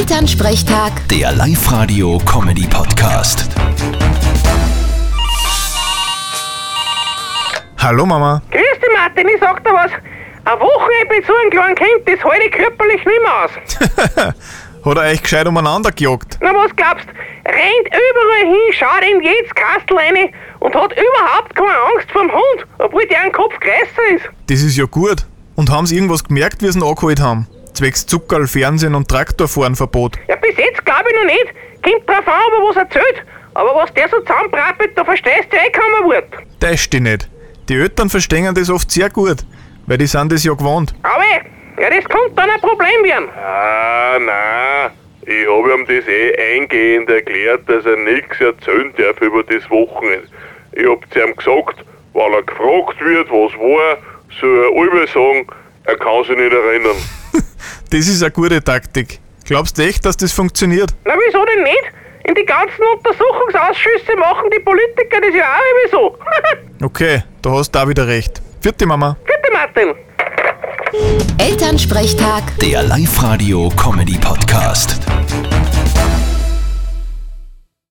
Elternsprechtag, Der Live-Radio-Comedy-Podcast. Hallo Mama. Grüß dich, Martin, ich sag dir was. Eine Wochenende zu einem kleinen Kind, das halte ich körperlich nicht mehr aus. Hat er euch gescheit umeinander gejagt? Na, was glaubst Rennt überall hin, schaut in jedes Kastel rein und hat überhaupt keine Angst vor dem Hund, obwohl der ein Kopf größer ist. Das ist ja gut. Und haben sie irgendwas gemerkt, wie sie ihn angeholt haben? Zwecks Zuckerl, Fernsehen und Traktorfahrenverbot. Ja, bis jetzt glaube ich noch nicht. Kommt drauf an, aber was erzählt. Aber was der so zusammenbrappelt, da verstehst du eh kein Wort. Das ist die nicht. Die Eltern verstehen das oft sehr gut, weil die sind das ja gewohnt. Aber, ja, das könnte dann ein Problem werden. Ah, nein. Ich habe ihm das eh eingehend erklärt, dass er nichts erzählen darf über das Wochenende. Ich hab zu ihm gesagt, wenn er gefragt wird, was war, soll er immer sagen, er kann sich nicht erinnern. Das ist eine gute Taktik. Glaubst du echt, dass das funktioniert? Na, wieso denn nicht? In die ganzen Untersuchungsausschüsse machen die Politiker das ja auch immer so. Okay, da hast du auch wieder recht. Vierte Mama. Bitte, Martin. Elternsprechtag. Der Live-Radio-Comedy-Podcast.